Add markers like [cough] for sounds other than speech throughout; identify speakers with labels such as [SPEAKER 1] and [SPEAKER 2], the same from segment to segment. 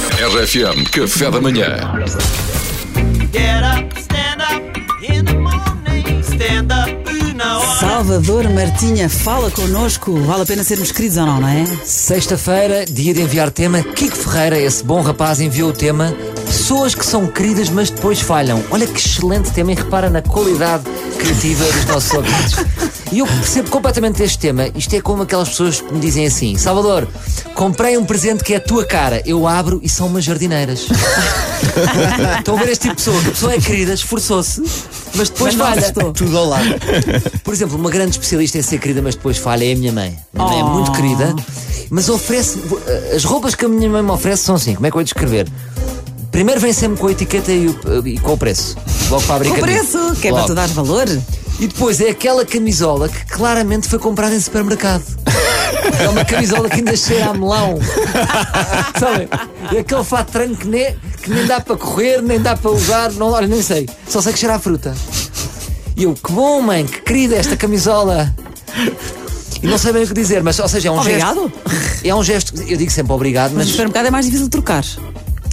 [SPEAKER 1] RFM, café da manhã.
[SPEAKER 2] Get up, stand up in the morning. Stand up na hora.
[SPEAKER 3] Salvador Martinha, fala connosco. Vale a pena sermos queridos ou não, não é?
[SPEAKER 4] Sexta-feira, dia de enviar tema. Kiko Ferreira, esse bom rapaz, enviou o tema Pessoas que são queridas, mas depois falham. Olha que excelente tema e repara na qualidade criativa dos nossos ouvintes. E eu percebo completamente este tema. Isto é como aquelas pessoas que me dizem assim: Salvador, comprei um presente que é a tua cara. Eu abro e são umas jardineiras. [laughs] Estão a ver este tipo de pessoa? Que a pessoa é querida, esforçou-se, mas
[SPEAKER 3] Mas
[SPEAKER 4] depois
[SPEAKER 3] não
[SPEAKER 4] falha.
[SPEAKER 3] gostou.
[SPEAKER 4] Tudo ao lado. Por exemplo, uma grande especialista em ser querida, mas depois falha, é a minha mãe. A minha mãe é
[SPEAKER 3] Oh.
[SPEAKER 4] muito querida, mas oferece. As roupas que a minha mãe me oferece são assim, como é que eu vou descrever? Primeiro vem sempre com a etiqueta e, o- e com o preço. Logo para abrir
[SPEAKER 3] O
[SPEAKER 4] caminho.
[SPEAKER 3] preço, que é para
[SPEAKER 4] Logo.
[SPEAKER 3] tu dar valor?
[SPEAKER 4] E depois é aquela camisola que claramente foi comprada em supermercado. É uma camisola que ainda cheira a melão. Sabe? E aquele fato treino que nem, que nem dá para correr, nem dá para usar, não, olha, nem sei. Só sei que cheira a fruta. E eu, que bom, mãe, que querida esta camisola. E não sei bem o que dizer, mas, ou seja, é um
[SPEAKER 3] Obrigado.
[SPEAKER 4] gesto. É um gesto, eu digo sempre
[SPEAKER 3] Mas
[SPEAKER 4] obrigado,
[SPEAKER 3] o
[SPEAKER 4] mas
[SPEAKER 3] supermercado é mais difícil de trocar.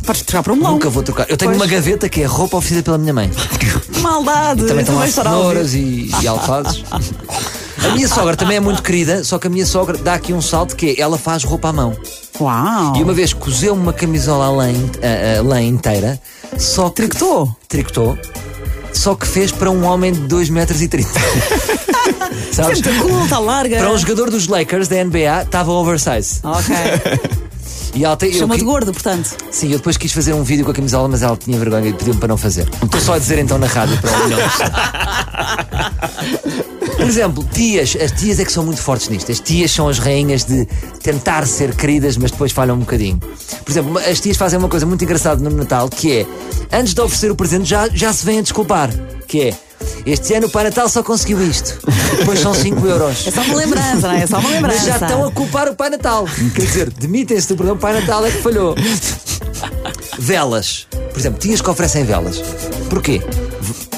[SPEAKER 3] Podes trocar para um melão.
[SPEAKER 4] nunca vou trocar. Eu tenho
[SPEAKER 3] Pois.
[SPEAKER 4] uma gaveta que é roupa oferecida pela minha mãe.
[SPEAKER 3] Que Maldade.
[SPEAKER 4] Também estão lá
[SPEAKER 3] vais estar a ouvir.
[SPEAKER 4] cenouras e, e alfaces. A minha sogra também é muito querida, só que a minha sogra dá aqui um salto que é, ela faz roupa à mão.
[SPEAKER 3] Uau.
[SPEAKER 4] E uma vez cozeu uma camisola à lã, in- a- a lã inteira, só que...
[SPEAKER 3] Tricotou?
[SPEAKER 4] Tricotou. Só que fez para um homem de 2,30 metros.
[SPEAKER 3] [laughs]
[SPEAKER 4] Sabes?
[SPEAKER 3] Sempre culta, larga.
[SPEAKER 4] Para um jogador dos Lakers da NBA, estava oversize.
[SPEAKER 3] Ok.
[SPEAKER 4] [laughs] E ela tem, eu
[SPEAKER 3] Ah. Chama de
[SPEAKER 4] que-
[SPEAKER 3] gordo, portanto.
[SPEAKER 4] Sim, eu depois quis fazer um vídeo com a camisola, mas ela tinha vergonha e pediu-me para não fazer. Estou só a dizer então na rádio para o melhor. Por exemplo, tias, as tias é que são muito fortes nisto. As tias são as rainhas de tentar ser queridas, mas depois falham um bocadinho. Por exemplo, uma- as tias fazem uma coisa muito engraçada no Natal, que é, antes de oferecer o presente, já, já se vêm a desculpar. Que é, este ano para Natal só conseguiu isto. E depois são 5
[SPEAKER 3] [laughs]
[SPEAKER 4] euros.
[SPEAKER 3] É só uma lembrança, não é? É só uma lembrança.
[SPEAKER 4] Mas já estão a culpar o Pai Natal. [laughs] Quer dizer, demitem-se do programa, o Pai Natal é que falhou. Velas. Por exemplo, tias que oferecem velas. Porquê?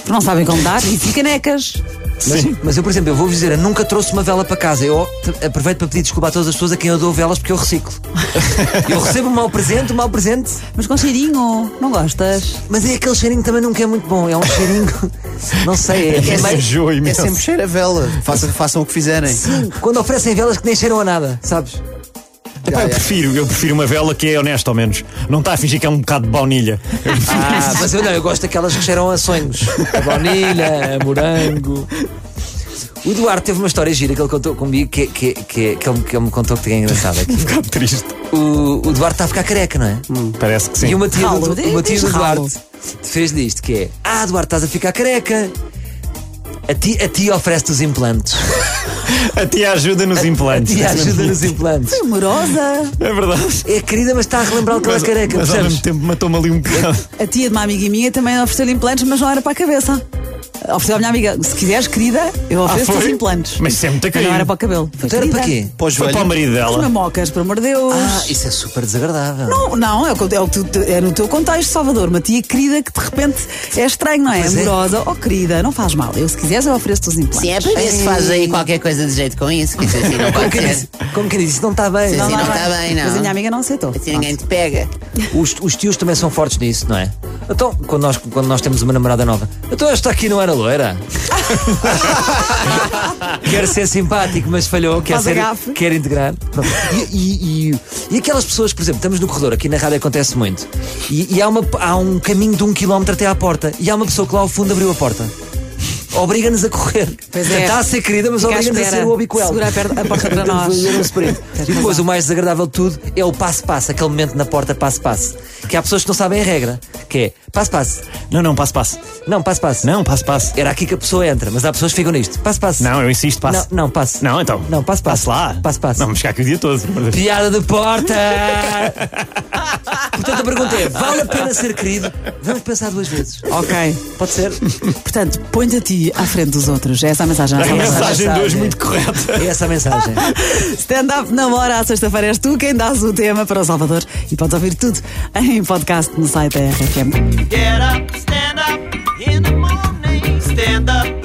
[SPEAKER 3] Não sabem como dar. E canecas.
[SPEAKER 4] Mas, mas eu, por exemplo, eu vou dizer, eu nunca trouxe uma vela para casa. Eu te- aproveito para pedir desculpa a todas as pessoas a quem eu dou velas porque eu [laughs] reciclo. eu recebo um mau presente, um mau presente,
[SPEAKER 3] Mas com cheirinho. Não gostas?
[SPEAKER 4] mas é aquele cheirinho que também nunca é muito bom. É um cheirinho, [laughs] não sei, é, é meio-
[SPEAKER 5] É sempre cheiro a vela. Façam, façam o que fizerem.
[SPEAKER 4] Sim, quando oferecem velas que nem cheiram a nada, sabes?
[SPEAKER 6] Pá, eu, prefiro, eu prefiro uma vela que é honesta, ao menos. Não está a fingir que é um bocado de baunilha. [laughs]
[SPEAKER 4] Ah, mas eu não, eu gosto daquelas que cheiram a sonhos. A baunilha, a morango. O Duarte teve uma história gira que ele contou comigo que, que, que, que, ele, que ele me contou que é engraçada.
[SPEAKER 6] Um bocado triste.
[SPEAKER 4] O, o Duarte está a ficar careca, não é?
[SPEAKER 6] Parece que sim.
[SPEAKER 4] E uma tia,
[SPEAKER 3] Ralo,
[SPEAKER 4] do,
[SPEAKER 3] diz-
[SPEAKER 4] uma tia
[SPEAKER 3] diz
[SPEAKER 4] do
[SPEAKER 3] ralo.
[SPEAKER 4] Duarte fez-lhe isto, que é... Ah, Duarte, estás a ficar careca. A ti, a ti oferece-te os implantes.
[SPEAKER 6] A tia ajuda nos
[SPEAKER 4] A
[SPEAKER 6] implantes.
[SPEAKER 4] ti ajuda nos implantes.
[SPEAKER 3] Amorosa.
[SPEAKER 6] É verdade.
[SPEAKER 4] É querida, mas está a relembrar que ela é
[SPEAKER 6] Mas,
[SPEAKER 4] careca,
[SPEAKER 6] mas ao
[SPEAKER 4] percebes? É
[SPEAKER 6] mesmo tempo matou-me ali um bocado.
[SPEAKER 3] A tia de uma amiga minha também ofereceu-lhe implantes, mas não era para a cabeça. Ofereceu à minha amiga, se quiseres, querida, eu ofereço-te
[SPEAKER 6] Ah, foi?
[SPEAKER 3] os implantes.
[SPEAKER 6] Mas isso é muito
[SPEAKER 3] Mas não
[SPEAKER 6] carinho.
[SPEAKER 3] era para o cabelo. Foi
[SPEAKER 4] Então era
[SPEAKER 3] querida.
[SPEAKER 4] para quê?
[SPEAKER 5] Pós
[SPEAKER 6] Foi para o marido
[SPEAKER 3] As
[SPEAKER 4] é
[SPEAKER 6] dela.
[SPEAKER 3] mamocas, por amor de Deus.
[SPEAKER 4] Ah, isso é super desagradável.
[SPEAKER 3] Não, não, é, o que, é, o que tu- é no teu contexto, Salvador. Uma tia querida que de repente é estranho, não é?
[SPEAKER 4] Pois é.
[SPEAKER 3] Amorosa, oh querida, não faz mal. Eu, se quiseres, eu ofereço-te os implantes.
[SPEAKER 7] Sim, é para ver se faz aí qualquer coisa de jeito com isso, que isso assim não
[SPEAKER 4] Como
[SPEAKER 7] pode
[SPEAKER 4] que
[SPEAKER 3] é.
[SPEAKER 4] diz?
[SPEAKER 7] ser.
[SPEAKER 4] Como que diz? Isso não está bem.
[SPEAKER 7] Sim,
[SPEAKER 4] não,
[SPEAKER 7] sim,
[SPEAKER 4] não,
[SPEAKER 7] não
[SPEAKER 4] não.
[SPEAKER 7] está bem, não.
[SPEAKER 3] Mas a minha amiga não aceitou.
[SPEAKER 7] Assim ninguém te pega.
[SPEAKER 4] Os, os tios também são fortes nisso, não é? Então, quando nós, quando nós temos uma namorada nova, então esta aqui não era loira. [laughs] quer ser simpático, mas falhou, quer,
[SPEAKER 3] Faz a
[SPEAKER 4] ser,
[SPEAKER 3] gafe.
[SPEAKER 4] quer integrar. Pronto. E, e- e- e aquelas pessoas, por exemplo, estamos no corredor, aqui na rádio acontece muito, e, e há, uma, há um caminho de um quilómetro até à porta, e há uma pessoa que lá ao fundo abriu a porta. Obriga-nos a correr.
[SPEAKER 3] Pois é.
[SPEAKER 4] Está a ser querida, mas
[SPEAKER 3] Fica à
[SPEAKER 4] obriga-nos a
[SPEAKER 3] espera.
[SPEAKER 4] ser o obicoel.
[SPEAKER 3] Segura a perna- a porta para nós.
[SPEAKER 4] Fazer um sprint.
[SPEAKER 3] Tens
[SPEAKER 4] E depois,
[SPEAKER 3] razão.
[SPEAKER 4] o mais desagradável de tudo é o passo-passo, aquele momento na porta passo-passo. Que há pessoas que não sabem a regra, que é passo-passo.
[SPEAKER 6] Não, não, passo, passo.
[SPEAKER 4] Não, passo-passo.
[SPEAKER 6] Não, passo, passo.
[SPEAKER 4] Era aqui que a pessoa entra, mas há pessoas que ficam nisto. Passo-passo.
[SPEAKER 6] Não, eu insisto, passo.
[SPEAKER 4] Não, não, passo.
[SPEAKER 6] Não, então.
[SPEAKER 4] Não, passo, passo.
[SPEAKER 6] Passo lá.
[SPEAKER 4] Passo, passo.
[SPEAKER 6] Não, vamos ficar aqui o dia todo. por Deus.
[SPEAKER 4] Piada de
[SPEAKER 6] [laughs]
[SPEAKER 4] porta! Portanto, a pergunta é: vale a pena ser querido? Vamos pensar duas vezes.
[SPEAKER 3] Ok.
[SPEAKER 4] Pode ser?
[SPEAKER 3] Portanto, põe-te a ti à frente dos outros. Essa é a mensagem.
[SPEAKER 6] A
[SPEAKER 3] Essa é a
[SPEAKER 6] mensagem de hoje
[SPEAKER 4] mensagem.
[SPEAKER 6] muito correta.
[SPEAKER 4] É essa a mensagem.
[SPEAKER 3] Stand-up na hora, à sexta-feira és tu quem dás o tema para o Salvador e podes ouvir tudo em podcast no site da RFM.
[SPEAKER 2] Get up, stand up in the morning. Stand up